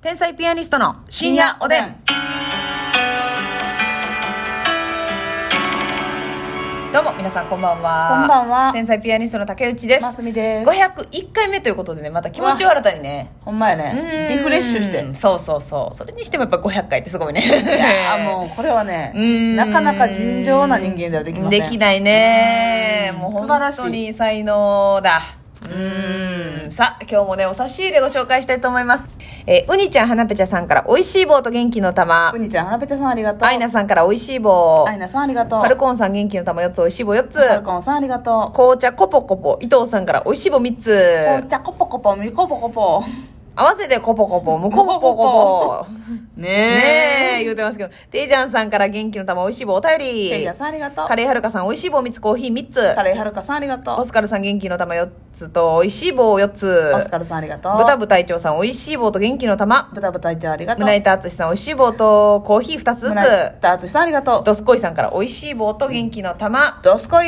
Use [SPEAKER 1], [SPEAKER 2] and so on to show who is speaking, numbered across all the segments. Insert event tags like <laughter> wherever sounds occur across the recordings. [SPEAKER 1] 天才ピアニストの深夜おでん。どうも皆さんこんばんは。
[SPEAKER 2] こんばんは
[SPEAKER 1] 天才ピアニストの竹内です。
[SPEAKER 2] ますみです
[SPEAKER 1] 501回目ということでね、また気持ちを新たにね。
[SPEAKER 2] ほんまや
[SPEAKER 1] う
[SPEAKER 2] ね
[SPEAKER 1] ん
[SPEAKER 2] リフレッシュして
[SPEAKER 1] そうそうそう。それにしてもやっぱ500回ってすごいね。
[SPEAKER 2] いやーもうこれはねなかなか尋常な人間ではできません
[SPEAKER 1] できないね
[SPEAKER 2] うん
[SPEAKER 1] もう
[SPEAKER 2] 素晴
[SPEAKER 1] 本
[SPEAKER 2] らしい
[SPEAKER 1] 当に才能だうんさあ今日もねお差し入れご紹介したいと思いますえーうにちゃんはなぺちゃさんからおいしい棒と元気の玉
[SPEAKER 2] うにちゃんはなぺちゃさんありがとう
[SPEAKER 1] あいなさんからおいしい棒
[SPEAKER 2] あいなさんありがとう
[SPEAKER 1] ファルコンさん元気の玉4つおいしい棒4つ
[SPEAKER 2] ファルコンさんありがとう
[SPEAKER 1] 紅茶コポコポ伊藤さんからおいしい棒3
[SPEAKER 2] 紅
[SPEAKER 1] つ
[SPEAKER 2] 茶コポコポミコポコポ
[SPEAKER 1] 合わせてコポコポムコポコポねえ
[SPEAKER 2] ね
[SPEAKER 1] 言うてますけどていちゃんさんから元気の玉おいしい棒お便り
[SPEAKER 2] ていやさんありがとう
[SPEAKER 1] カレーはるかさんおいしい棒3つコーヒー3つ
[SPEAKER 2] カレーはるかさんありがとう
[SPEAKER 1] オスカルさん元気の玉4つとおいしい棒4つ
[SPEAKER 2] オスカルさんありがとう
[SPEAKER 1] ブタブ隊長さんおいしい棒と元気の玉
[SPEAKER 2] ブタブタイチャーありがとう
[SPEAKER 1] 胸板淳さんおいしい棒とコーヒー2つず
[SPEAKER 2] 村
[SPEAKER 1] つ
[SPEAKER 2] 田淳さんありがとう
[SPEAKER 1] ドスコイさんからおいしい棒と元気の玉
[SPEAKER 2] どすこ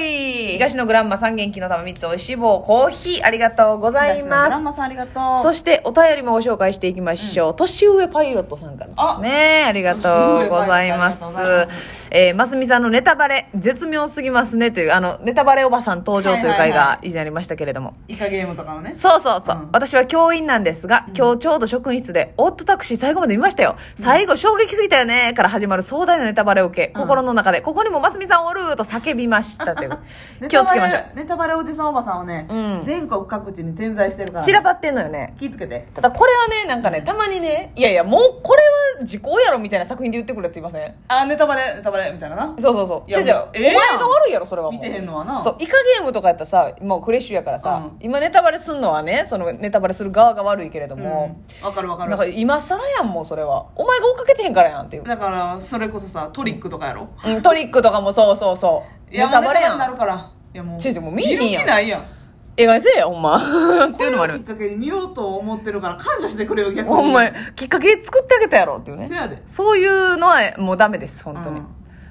[SPEAKER 2] い
[SPEAKER 1] 東野グランマさん元気の玉3つおいしい棒コーヒーありがとうござい
[SPEAKER 2] 東野グラン
[SPEAKER 1] ます
[SPEAKER 2] マさんありがと
[SPEAKER 1] そうしてお便りもご紹介していきましょう、年上パイロットさんからですねありがとうございます
[SPEAKER 2] 年上パイロットありがとうございます
[SPEAKER 1] えー、ますみさんのネタバレ絶妙すぎますねというあのネタバレおばさん登場という
[SPEAKER 2] はいは
[SPEAKER 1] 回
[SPEAKER 2] いは
[SPEAKER 1] が以前ありましたけれども、
[SPEAKER 2] イカゲームとかのね
[SPEAKER 1] そうそうそう、
[SPEAKER 2] うん
[SPEAKER 1] 私は教員なんですが今日ちょうど職員室で「オートタクシー最後まで見ましたよ最後衝撃すぎたよね」から始まる壮大なネタバレを受け、
[SPEAKER 2] うん
[SPEAKER 1] 心の中で「ここにもますみさんおる!」と叫びましたという
[SPEAKER 2] <laughs> ネ
[SPEAKER 1] 気を
[SPEAKER 2] タ
[SPEAKER 1] つ
[SPEAKER 2] バ
[SPEAKER 1] け
[SPEAKER 2] レ
[SPEAKER 1] ましょう
[SPEAKER 2] ネタバレおじさんおばさんはね
[SPEAKER 1] うん
[SPEAKER 2] 全国各地に点在してるからね
[SPEAKER 1] 散らばってんのよね
[SPEAKER 2] 気ぃつけて
[SPEAKER 1] ただこれはねなんかねたまにねいやいやもうこれは時効やろみたいな作品で言ってくるやついません
[SPEAKER 2] あネタバレネタバレみたいなな
[SPEAKER 1] そうそうそう
[SPEAKER 2] いや
[SPEAKER 1] 違う違う、
[SPEAKER 2] ええやん
[SPEAKER 1] お前が悪いやろそれはもう
[SPEAKER 2] 見てへんのはな
[SPEAKER 1] そうイカゲームとかやったらさもうクレッシュやからさ、
[SPEAKER 2] うん
[SPEAKER 1] 今ネタバレすんのはねそのネタバレする側が悪いけれど
[SPEAKER 2] うん
[SPEAKER 1] も、
[SPEAKER 2] わかるわか
[SPEAKER 1] なんか
[SPEAKER 2] る
[SPEAKER 1] 今更やんもうそれはお前が追っかけてへんからやんっていう、
[SPEAKER 2] だからそれこそさトリックとかやろ
[SPEAKER 1] うん、トリックとかもそうそうそうネ
[SPEAKER 2] いやも
[SPEAKER 1] タ
[SPEAKER 2] う
[SPEAKER 1] バレや
[SPEAKER 2] ネタバレになんるからいやもう
[SPEAKER 1] ちょいちょいもう見えへんやん
[SPEAKER 2] 見る気ないやん
[SPEAKER 1] 映画にせえよほんま <laughs> っていうのもあ
[SPEAKER 2] きっ
[SPEAKER 1] る
[SPEAKER 2] かけに見ようと思ってるから感謝してくれよ逆に
[SPEAKER 1] ほんまにきっかけ作ってあげたやろっていう
[SPEAKER 2] せ
[SPEAKER 1] ね
[SPEAKER 2] やで
[SPEAKER 1] そういうのはもうダメです本当に、
[SPEAKER 2] うん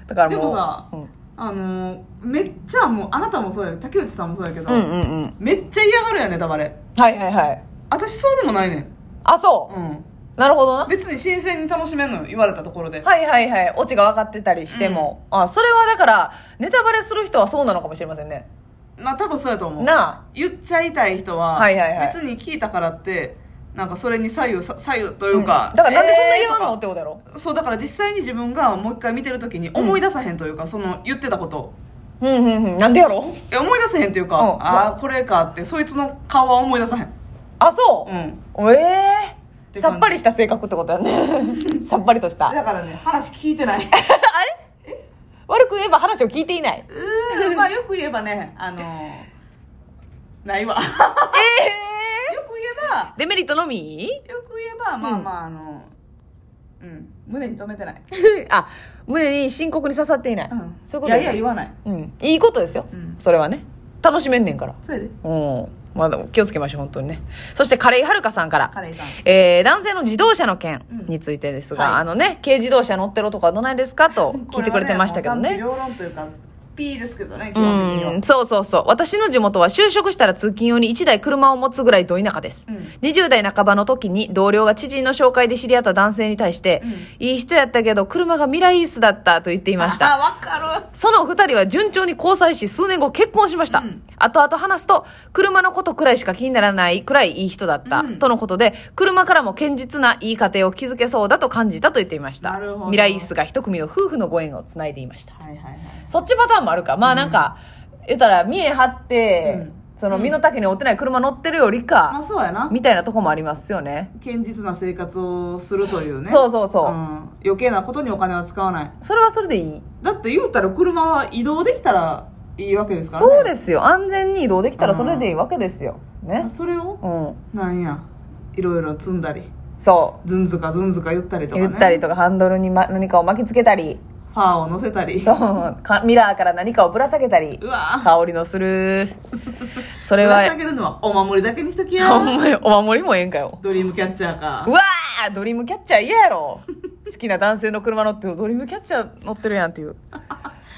[SPEAKER 1] だからもう
[SPEAKER 2] でもさ
[SPEAKER 1] うん、
[SPEAKER 2] あのーめっちゃもうあなたもそうや竹内さんもそうやけど
[SPEAKER 1] うんうんうん
[SPEAKER 2] めっちゃ嫌がるやんネタバレ
[SPEAKER 1] はいはいはい
[SPEAKER 2] 私そうでもないねん
[SPEAKER 1] あそう、
[SPEAKER 2] うん
[SPEAKER 1] なるほどな
[SPEAKER 2] 別に新鮮に楽しめんのよ言われたところで
[SPEAKER 1] はいはいはいオチが分かってたりしても、あそれはだからネタバレする人はそうなのかもしれませんね
[SPEAKER 2] まあ多分そうやと思う
[SPEAKER 1] な
[SPEAKER 2] 言っちゃいたい人は,、
[SPEAKER 1] はいはいはい
[SPEAKER 2] 別に聞いたからってなんかそれに左右さ左右と
[SPEAKER 1] あ
[SPEAKER 2] いうか、
[SPEAKER 1] うんだからなんでそんな嫌がん
[SPEAKER 2] えー
[SPEAKER 1] の、
[SPEAKER 2] と
[SPEAKER 1] ってことやろ
[SPEAKER 2] かそうだから実際に自分がもう一回見てる時に思い出さへんというか、その言ってたこと
[SPEAKER 1] うんうんうんなんでやろ
[SPEAKER 2] え思い出せへんというか、
[SPEAKER 1] うん
[SPEAKER 2] ああこれかってそいつの顔は思い出さへん
[SPEAKER 1] あそう、
[SPEAKER 2] うん
[SPEAKER 1] ええ
[SPEAKER 2] て感じ
[SPEAKER 1] さっぱりした性格ってことや
[SPEAKER 2] <laughs>
[SPEAKER 1] ねさっぱりとした <laughs>
[SPEAKER 2] だからね話聞いてない <laughs>
[SPEAKER 1] 悪く言えば話を聞いていないう
[SPEAKER 2] ーんまあよく言えばねあのーないわ <laughs> よく言えば
[SPEAKER 1] デメリットのみ
[SPEAKER 2] よく言えばまあまああのうん胸に留めてない、
[SPEAKER 1] <laughs> あ胸に深刻に刺さっていない、
[SPEAKER 2] うん、
[SPEAKER 1] そういうこと
[SPEAKER 2] いやいや言わない
[SPEAKER 1] うん、いいことですよ、
[SPEAKER 2] うん
[SPEAKER 1] それはね楽しめんねんから
[SPEAKER 2] それで
[SPEAKER 1] うんまだ気をつけましょう本当にねそしてカレイはるかさんから
[SPEAKER 2] カレイさん
[SPEAKER 1] えー男性の自動車の件についてですが、
[SPEAKER 2] うんはい
[SPEAKER 1] あのね軽自動車乗ってるとかどないですかと聞いてくれてましたけどね
[SPEAKER 2] これはもう賛否両論というか、ピーですけどね、基本的には。
[SPEAKER 1] うんそうそうそう私の地元は就職したら通勤用に1台車を持つぐらいど田舎です、
[SPEAKER 2] うん
[SPEAKER 1] 20代半ばの時に同僚が知人の紹介で知り合った男性に対して、
[SPEAKER 2] う
[SPEAKER 1] いい人やったけど車が未来椅子だったと言っていました
[SPEAKER 2] あ、わか
[SPEAKER 1] その2人は順調に交際し数年後結婚しました、
[SPEAKER 2] うん
[SPEAKER 1] 後々話すと車のことくらいしか気にならないくらいいい人だった、
[SPEAKER 2] うん
[SPEAKER 1] とのことで車からも堅実ないい家庭を築けそうだと感じたと言っていました
[SPEAKER 2] なるほど
[SPEAKER 1] 未来椅子が一組の夫婦のご縁をつないでいました
[SPEAKER 2] る。はいはいはい。
[SPEAKER 1] そっちパターンもあるか。まあなんか、言ったら、見え張って、
[SPEAKER 2] うん
[SPEAKER 1] その身の丈に追ってない車乗ってるよりか
[SPEAKER 2] ま、あそうやな。
[SPEAKER 1] みたいなとこもありますよね。
[SPEAKER 2] 堅実な生活をするというね。
[SPEAKER 1] そうそうそう
[SPEAKER 2] うん余計なことにお金は使わない。
[SPEAKER 1] それはそれでいい。
[SPEAKER 2] だって言うたら車は移動できたらいいわけですからね。
[SPEAKER 1] そうですよ。安全に移動できたらそれでいいわけですよ。ね
[SPEAKER 2] あ。それを、
[SPEAKER 1] うん。
[SPEAKER 2] なんや、いろいろ積んだり、
[SPEAKER 1] そう。
[SPEAKER 2] ずんずかずんずか言ったりとかね。
[SPEAKER 1] 言ったりとか、ハンドルに、ま、何かを巻きつけたり、
[SPEAKER 2] ファーを乗せたり。
[SPEAKER 1] そうか、ミラーから何かをぶら下げたり
[SPEAKER 2] う、わぁ。
[SPEAKER 1] 香りのする。それ
[SPEAKER 2] ぶら
[SPEAKER 1] は
[SPEAKER 2] 下、げるのはお守りだけにしとき
[SPEAKER 1] ほん
[SPEAKER 2] や。
[SPEAKER 1] まにお守りもええんかよ。
[SPEAKER 2] ドリームキャッチャーか
[SPEAKER 1] う。わードリームキャッチャー嫌やろ好きな男性の車乗ってドリームキャッチャー乗ってるやんっていう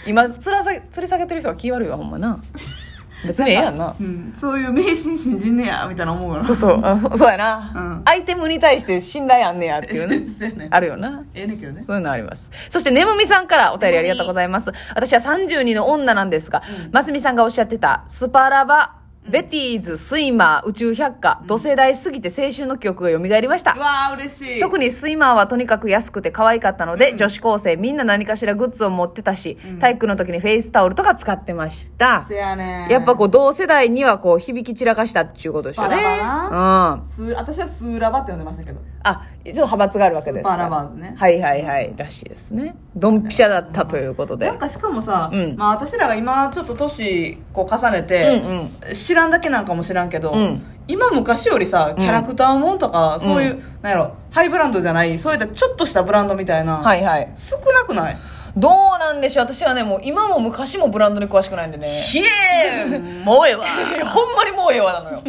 [SPEAKER 1] 今つらさ吊り下げてる人は気悪いわほんまな別にええやん
[SPEAKER 2] <laughs>
[SPEAKER 1] な。
[SPEAKER 2] うん、そういう迷信信じんねやみたいな思うよな
[SPEAKER 1] そうそう、あそそうやな、
[SPEAKER 2] うん
[SPEAKER 1] 相手無に対して信頼あんねやっていうね。
[SPEAKER 2] そうやね
[SPEAKER 1] あるよな。
[SPEAKER 2] ええねんけどね
[SPEAKER 1] そういうのあります。そして、ねもみさんからお便りありがとうございます。私は32の女なんですが、ますみさんがおっしゃってた、スパラバ、ベティーズ、スイマー、宇宙百科、土世代すぎて青春の記憶が蘇りました
[SPEAKER 2] う。わあ嬉しい
[SPEAKER 1] 特にスイマーはとにかく安くて可愛かったので、女子高生みんな何かしらグッズを持ってたし、体育の時にフェイスタオルとか使ってました。
[SPEAKER 2] せやねん
[SPEAKER 1] やっぱこう同世代にはこう響き散らかしたっていうことでしょうね。
[SPEAKER 2] スパラバ
[SPEAKER 1] うん。
[SPEAKER 2] スー私はスーラバって呼んでましたけど
[SPEAKER 1] あ、一応派閥があるわけですから
[SPEAKER 2] スーパーラバーズね
[SPEAKER 1] はいはいはい。らしいですね。ドンピシャだったということで。
[SPEAKER 2] なんかしかもさ、
[SPEAKER 1] うん
[SPEAKER 2] まあ、私らが今ちょっと年こう重ねて、知らんだけなんかも知らんけど、
[SPEAKER 1] うん
[SPEAKER 2] 今昔よりさキャラクターもんとか、そういう、なんやろハイブランドじゃないそういったちょっとしたブランドみたいな、
[SPEAKER 1] はいはい。
[SPEAKER 2] 少なくない
[SPEAKER 1] どうなんでしょう私はね、もう今も昔もブランドに詳しくないんでね。
[SPEAKER 2] ひえー萌えは
[SPEAKER 1] いやほんまにもうええわなのよ。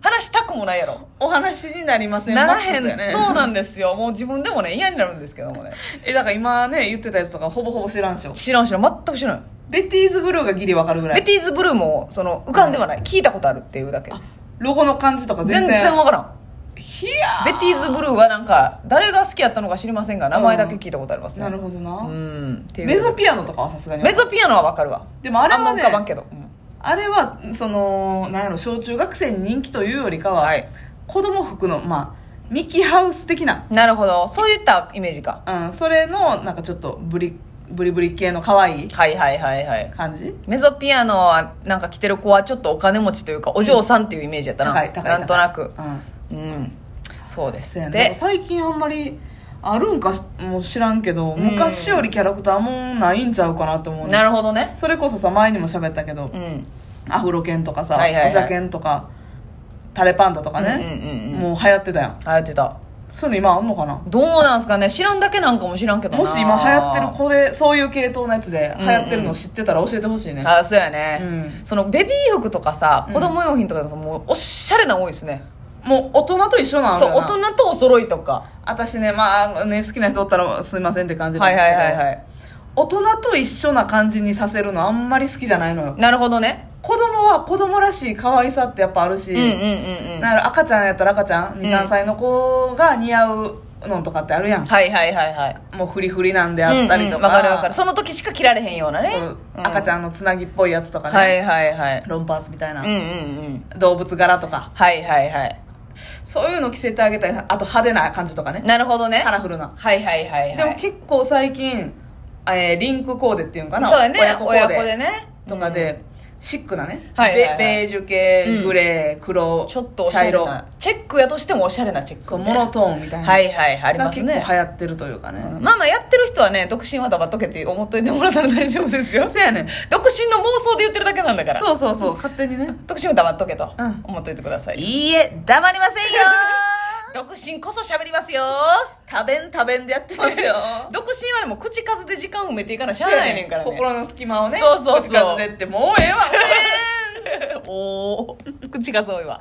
[SPEAKER 1] 話したくもないやろ。
[SPEAKER 2] <laughs> お話になりません
[SPEAKER 1] なら
[SPEAKER 2] マッ
[SPEAKER 1] へ
[SPEAKER 2] ク
[SPEAKER 1] ん、
[SPEAKER 2] スやね
[SPEAKER 1] そうなんですよ。もう自分でもね、嫌になるんですけどもね。
[SPEAKER 2] えだから今ね言ってたやつとかほぼほぼ知らんでしょ
[SPEAKER 1] 知らん知らん、全く知らん。
[SPEAKER 2] ベティーズブルーがギリわかるぐら
[SPEAKER 1] ベ
[SPEAKER 2] い
[SPEAKER 1] ティーズブルーも、その、浮かんではない。聞いたことあるっていうだけです。
[SPEAKER 2] ロゴの感じとか全
[SPEAKER 1] 全
[SPEAKER 2] 然
[SPEAKER 1] 然わからん。
[SPEAKER 2] ひや
[SPEAKER 1] ベティーズブルーはなんか、誰が好きやったのか知りませんが、名前だけ聞いたことありますね。
[SPEAKER 2] なるほどな、
[SPEAKER 1] うんっていう
[SPEAKER 2] メゾピアノとかはさすがに
[SPEAKER 1] メゾピアノはわかるわ
[SPEAKER 2] でもあれ
[SPEAKER 1] あんま
[SPEAKER 2] は
[SPEAKER 1] 浮
[SPEAKER 2] ね
[SPEAKER 1] かばんけど、うん
[SPEAKER 2] あれはそのなんやろ小中学生に人気というよりかは、
[SPEAKER 1] はい
[SPEAKER 2] 子供服のまあミキハウス的な、
[SPEAKER 1] なるほどそういったイメージか
[SPEAKER 2] うん、それのなんかちょっとブリブリブリ系の可愛い
[SPEAKER 1] はいはいはいはい
[SPEAKER 2] 感じ
[SPEAKER 1] メゾピアノはなんか着てる子はちょっとお金持ちというかお嬢さんっていうイメージやったな、
[SPEAKER 2] 高い高い高い
[SPEAKER 1] なんとなく
[SPEAKER 2] うん
[SPEAKER 1] うんそうです
[SPEAKER 2] そうやねなん
[SPEAKER 1] で
[SPEAKER 2] か最近あんまりあるんかしもう知らんけど昔よりキャラクターもんないんちゃうかなと思うね
[SPEAKER 1] なるほどね
[SPEAKER 2] それこそさ前にも喋ったけど、
[SPEAKER 1] うん
[SPEAKER 2] アフロ犬とかさ、
[SPEAKER 1] はいはいはい
[SPEAKER 2] お茶犬とかタレパンダとか
[SPEAKER 1] う
[SPEAKER 2] ね、
[SPEAKER 1] んうんうんうん
[SPEAKER 2] もう流行ってたやん
[SPEAKER 1] 流行ってた
[SPEAKER 2] そういうの今あんのかな
[SPEAKER 1] どうなんすかね知らんだけなんかも知らんけどな
[SPEAKER 2] もし今流行ってるこれそういう系統のやつで
[SPEAKER 1] うんう
[SPEAKER 2] 流
[SPEAKER 1] ん
[SPEAKER 2] 行ってるの知ってたら教えてほしいね、
[SPEAKER 1] あそうやね、
[SPEAKER 2] うん
[SPEAKER 1] そのベビー服とかさ
[SPEAKER 2] うん
[SPEAKER 1] 子供用品とかだともうおしゃれな多いですね、
[SPEAKER 2] もう大人と一緒なんだ
[SPEAKER 1] そう
[SPEAKER 2] よな
[SPEAKER 1] 大人とお揃いとか
[SPEAKER 2] 私ねまあね好きな人おったらすいませんって感じなん
[SPEAKER 1] はい
[SPEAKER 2] です
[SPEAKER 1] はい
[SPEAKER 2] けど、
[SPEAKER 1] はいはい
[SPEAKER 2] 大人と一緒な感じにさせるのあんまり好きじゃないのよ
[SPEAKER 1] なるほどね。
[SPEAKER 2] 子供は子供らしい可愛さってやっぱあるし、
[SPEAKER 1] うんうんうんうん。
[SPEAKER 2] なんやろ赤ちゃんやったら赤ちゃん
[SPEAKER 1] う
[SPEAKER 2] 23
[SPEAKER 1] ん
[SPEAKER 2] 歳の子が似合うのとかってあるやん、
[SPEAKER 1] はいはいはいはい。
[SPEAKER 2] もうフリフリなんであったり
[SPEAKER 1] うんう
[SPEAKER 2] と
[SPEAKER 1] ん
[SPEAKER 2] か、
[SPEAKER 1] わかるわかる。その時しか着られへんようなね
[SPEAKER 2] そう。
[SPEAKER 1] 赤
[SPEAKER 2] 赤
[SPEAKER 1] ち
[SPEAKER 2] ち
[SPEAKER 1] ゃん
[SPEAKER 2] ゃんのつなぎっぽいやつとかね、
[SPEAKER 1] はいはいはい。
[SPEAKER 2] ロンパースみたいな、
[SPEAKER 1] うんうんうん。
[SPEAKER 2] 動物柄とか
[SPEAKER 1] はいはいはい。
[SPEAKER 2] そういうの着せてあげたりあと派手な感じとかね
[SPEAKER 1] なるほどね。
[SPEAKER 2] カ
[SPEAKER 1] は
[SPEAKER 2] ラフルない
[SPEAKER 1] はいはいはい。
[SPEAKER 2] でも結構最近、えーリンクコーデっていうんかな
[SPEAKER 1] そうやね。
[SPEAKER 2] 親子コ
[SPEAKER 1] 親
[SPEAKER 2] ー
[SPEAKER 1] 子で
[SPEAKER 2] デ
[SPEAKER 1] ね。
[SPEAKER 2] とかで、シックなね、
[SPEAKER 1] はいはいはい
[SPEAKER 2] ベベージュ系、
[SPEAKER 1] うん
[SPEAKER 2] グレー
[SPEAKER 1] う
[SPEAKER 2] 黒
[SPEAKER 1] ん。ちょっとおしゃれ
[SPEAKER 2] 茶
[SPEAKER 1] な。チェックやとしてもおしゃれなチェック
[SPEAKER 2] 色そう
[SPEAKER 1] みた
[SPEAKER 2] モ
[SPEAKER 1] いな。
[SPEAKER 2] ノトーンみたいな、
[SPEAKER 1] はいはいはい。あり
[SPEAKER 2] が
[SPEAKER 1] ます
[SPEAKER 2] 結
[SPEAKER 1] ね
[SPEAKER 2] 構。流行ってるというかね、
[SPEAKER 1] まあまあやってる人はね、独身は黙っとけって思っといてもらったら大丈夫です
[SPEAKER 2] <laughs>
[SPEAKER 1] よ
[SPEAKER 2] そ。うやねん
[SPEAKER 1] 独身の妄想で言ってるだけなんだから。
[SPEAKER 2] そうそうそう勝手にね
[SPEAKER 1] 独身は黙っとけと
[SPEAKER 2] うん
[SPEAKER 1] 思っといてください。
[SPEAKER 2] いいえ黙りま <laughs> せんよ
[SPEAKER 1] 独身こそ喋りますよ。
[SPEAKER 2] 食べん食べんでやってますよ <laughs>
[SPEAKER 1] 独身はでも口数で時間埋めていかなしゃあないねんからね。
[SPEAKER 2] 心の隙間をね
[SPEAKER 1] そうそうそう
[SPEAKER 2] 口数でってもう <laughs> ええわも
[SPEAKER 1] お
[SPEAKER 2] う <laughs>
[SPEAKER 1] ー口数多いわ。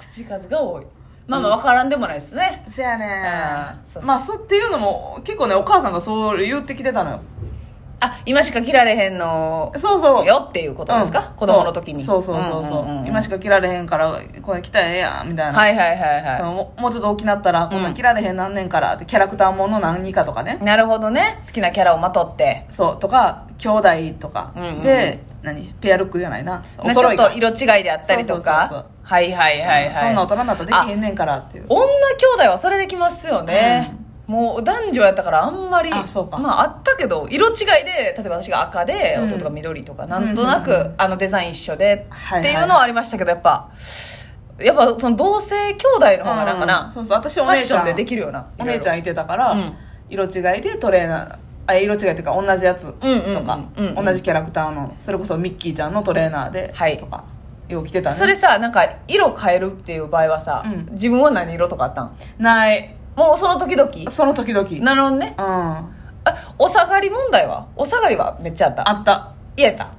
[SPEAKER 1] 口数が多い。まあまあ分からんでもないですね。
[SPEAKER 2] ええそやね
[SPEAKER 1] うんそうそう
[SPEAKER 2] まあそうっていうのも結構ねお母さんがそう言ってきてたのよ
[SPEAKER 1] あ、今しか着られへんの
[SPEAKER 2] そうそう
[SPEAKER 1] よっていうことですか、
[SPEAKER 2] うん
[SPEAKER 1] 子供の時に。
[SPEAKER 2] そうそうそうそう,、今し
[SPEAKER 1] か。
[SPEAKER 2] か着られへんからこれ着たらええやんみたいな、
[SPEAKER 1] はいはいはい
[SPEAKER 2] そ
[SPEAKER 1] は
[SPEAKER 2] のももうちょっと大きなったらこんなん着られへんなんねんからってキャラクターもの何かとかね
[SPEAKER 1] い。なるほどね。好きなキャラをまとって。
[SPEAKER 2] そうとか兄弟とか、
[SPEAKER 1] うんうんうん
[SPEAKER 2] で何ペアルックじゃないなお
[SPEAKER 1] なちょ
[SPEAKER 2] 揃
[SPEAKER 1] っ
[SPEAKER 2] いか
[SPEAKER 1] と色違いであったりとか。
[SPEAKER 2] そうそうそう
[SPEAKER 1] はいはいはいはい。
[SPEAKER 2] そんな大人になったらできへんねんからっていう
[SPEAKER 1] 女兄弟はそれできますよね、もう男女やったからあんまり
[SPEAKER 2] あそうか
[SPEAKER 1] まああったけど色違いで例えば私が赤で
[SPEAKER 2] うん
[SPEAKER 1] 弟が緑とか、なんとなく、
[SPEAKER 2] うんうん
[SPEAKER 1] あのデザイン一緒で
[SPEAKER 2] はいはい
[SPEAKER 1] っていうのはありましたけどやっぱやっぱその同性兄弟の方がなんか
[SPEAKER 2] うん
[SPEAKER 1] な、
[SPEAKER 2] そうそう私
[SPEAKER 1] フ
[SPEAKER 2] お
[SPEAKER 1] ァッ
[SPEAKER 2] 姉
[SPEAKER 1] シ
[SPEAKER 2] ち
[SPEAKER 1] ョ
[SPEAKER 2] ゃ
[SPEAKER 1] ン
[SPEAKER 2] ん
[SPEAKER 1] でできるような
[SPEAKER 2] お姉ちゃんいてたか
[SPEAKER 1] う
[SPEAKER 2] ら
[SPEAKER 1] ん
[SPEAKER 2] 色違いでトレーナーあ色違いっていうか同じやつと
[SPEAKER 1] うんうんうん
[SPEAKER 2] か
[SPEAKER 1] うんうん
[SPEAKER 2] 同じキャラクターのそれこそミッキーちゃんのトレーナーで
[SPEAKER 1] はい
[SPEAKER 2] とかよう着てたね
[SPEAKER 1] それさなんか色変えるっていう場合はさ、
[SPEAKER 2] うん
[SPEAKER 1] 自分は何色とかあったん
[SPEAKER 2] ない
[SPEAKER 1] もうその時々
[SPEAKER 2] その時々うん
[SPEAKER 1] なるほどね
[SPEAKER 2] あ
[SPEAKER 1] あお下がり問題はお下がりはめっちゃあった
[SPEAKER 2] った
[SPEAKER 1] 言えた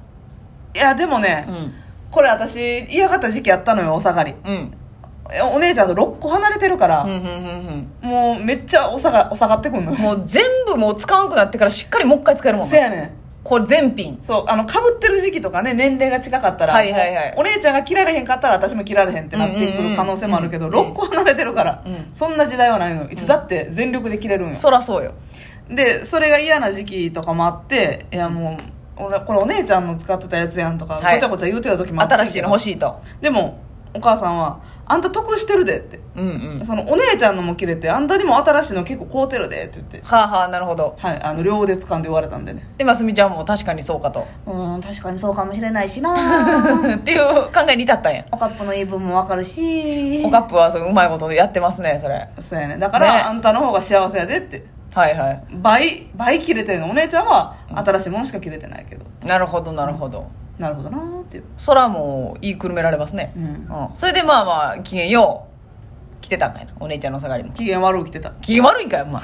[SPEAKER 2] いやでもね
[SPEAKER 1] うん
[SPEAKER 2] これ私嫌がった時期あったのよお下がり
[SPEAKER 1] うん
[SPEAKER 2] お姉ちゃんと6個離れてるか
[SPEAKER 1] うんう
[SPEAKER 2] ら
[SPEAKER 1] んうんうん
[SPEAKER 2] もうめっちゃお下がお下がってくんのよ
[SPEAKER 1] もう全部もう使わんくなってからしっかりもう一回使えるもん
[SPEAKER 2] せ
[SPEAKER 1] ね
[SPEAKER 2] やねん
[SPEAKER 1] これ全品。
[SPEAKER 2] そう、あの、被ってる時期とかね、年齢が近かったら、
[SPEAKER 1] はいはいはい
[SPEAKER 2] お姉ちゃんが切られへんかったら私も切られへんってなってくる可能性もあるけど、
[SPEAKER 1] うんうんうん
[SPEAKER 2] 6個離れてるから、
[SPEAKER 1] うん
[SPEAKER 2] そんな時代はないのよ。いつだって全力で切れるんよ。
[SPEAKER 1] そらそうよ。
[SPEAKER 2] で、それが嫌な時期とかもあって、いやもう、俺、これお姉ちゃんの使ってたやつやんとか、
[SPEAKER 1] はい
[SPEAKER 2] ごちゃごちゃ言うてた時もあった
[SPEAKER 1] 新しいの欲
[SPEAKER 2] し
[SPEAKER 1] しいと。
[SPEAKER 2] い。でも、お母さんは、あんた得してるでって。
[SPEAKER 1] うんうん。
[SPEAKER 2] そのお姉ちゃんのも切れて、あんたにも新しいの結構買うてるでって言って、
[SPEAKER 1] はあはあ、なるほど。
[SPEAKER 2] はい、あの、両腕掴んで言われたんでね。
[SPEAKER 1] で、ますみちゃんも確かにそうかと。 <laughs>
[SPEAKER 2] うーん、確かにそうかもしれないしな <laughs>
[SPEAKER 1] っていう考えに至ったんや。
[SPEAKER 2] おカップの言い分もわかるし
[SPEAKER 1] おカップはそのうまいことやってますね、それ。は
[SPEAKER 2] そうやね。だから、
[SPEAKER 1] ね
[SPEAKER 2] あんたの方が幸せやでって。
[SPEAKER 1] いは
[SPEAKER 2] 倍、倍切れてんの。お姉ちゃんは新しいものしか切れてないけど。
[SPEAKER 1] い。なるほど、なるほど。
[SPEAKER 2] なるほどなーっていう。
[SPEAKER 1] そらもう、言いくるめられますね。
[SPEAKER 2] うん。
[SPEAKER 1] うん。それでまあまあ、機嫌よう。来てたんかいな。お姉ちゃんの下がりも。
[SPEAKER 2] 機嫌悪う来てた。
[SPEAKER 1] 機嫌悪いんかい、 <laughs> お前。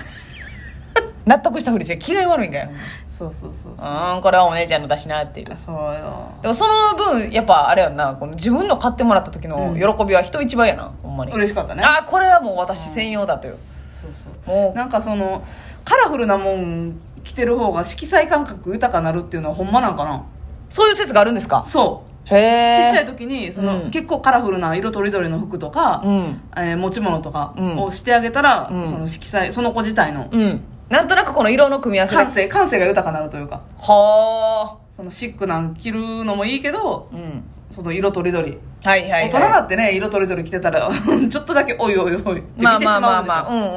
[SPEAKER 1] 納得したふりして機嫌悪いんかい。
[SPEAKER 2] そうそうそう
[SPEAKER 1] う。ーん、これはお姉ちゃんのだしなっていう。
[SPEAKER 2] そうよ。
[SPEAKER 1] でもその分、やっぱあれやんな、この自分の買ってもらった時の喜びは人一倍やな、ほんまに。
[SPEAKER 2] 嬉しかったね。
[SPEAKER 1] あーこれはもう私専用だという。
[SPEAKER 2] そうそう。
[SPEAKER 1] も
[SPEAKER 2] なんかその、カラフルなもん着てる方が色彩感覚豊かなるっていうのはほんまなんかな
[SPEAKER 1] う、そういう説があるんですか
[SPEAKER 2] そ
[SPEAKER 1] へ
[SPEAKER 2] う。ちっ
[SPEAKER 1] え。
[SPEAKER 2] ちゃい時に、その、
[SPEAKER 1] うん
[SPEAKER 2] 結構カラフルな色とりどりの服とか、
[SPEAKER 1] うん。
[SPEAKER 2] えー持ち物とか
[SPEAKER 1] うん
[SPEAKER 2] をしてあげたら、
[SPEAKER 1] うん
[SPEAKER 2] その色彩、その子自体の
[SPEAKER 1] うん。なんとなくこの色の組み合わせで。
[SPEAKER 2] 感性、感性が豊かなるというか、
[SPEAKER 1] は
[SPEAKER 2] そのシックなん着るのもいいけど
[SPEAKER 1] ー。、うん。
[SPEAKER 2] その色とりどり。
[SPEAKER 1] はいはい、はい。
[SPEAKER 2] 大人だってね、色とりどり着てたら、 <laughs> ちょっとだけおいおいおいって見てしま
[SPEAKER 1] ま
[SPEAKER 2] う
[SPEAKER 1] あ
[SPEAKER 2] でしょ。
[SPEAKER 1] まあまあまあ、うんうんうん。
[SPEAKER 2] う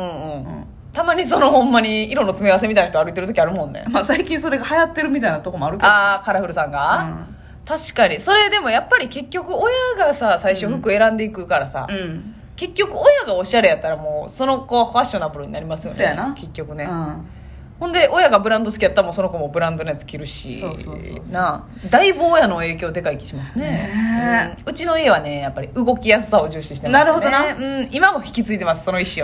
[SPEAKER 2] ん
[SPEAKER 1] たまにそのほんまに色の詰め合わせみたいな人歩いてる時あるもんね。
[SPEAKER 2] まあ最近それが流行ってるみたいなとこもあるけど。
[SPEAKER 1] あー、カラフルさんが、確かに。それでもやっぱり結局親がさ、最初服選んでいくからさ、
[SPEAKER 2] うん。うん。
[SPEAKER 1] 結局親がおしゃれやったらもうその子はファッショナブルになりますよね
[SPEAKER 2] そうやな
[SPEAKER 1] 結局
[SPEAKER 2] う
[SPEAKER 1] ね、
[SPEAKER 2] ん。
[SPEAKER 1] ほんで親がブランド好きやったらもうその子もブランドのやつ着るし
[SPEAKER 2] そうそうそうそう
[SPEAKER 1] なあだいぶ親の影響でかい気しますね
[SPEAKER 2] ね
[SPEAKER 1] うんうちの家はねやっぱり動きやすさを重視してます、ね、
[SPEAKER 2] なるほどな
[SPEAKER 1] うん、今も引き継いでますその意思をね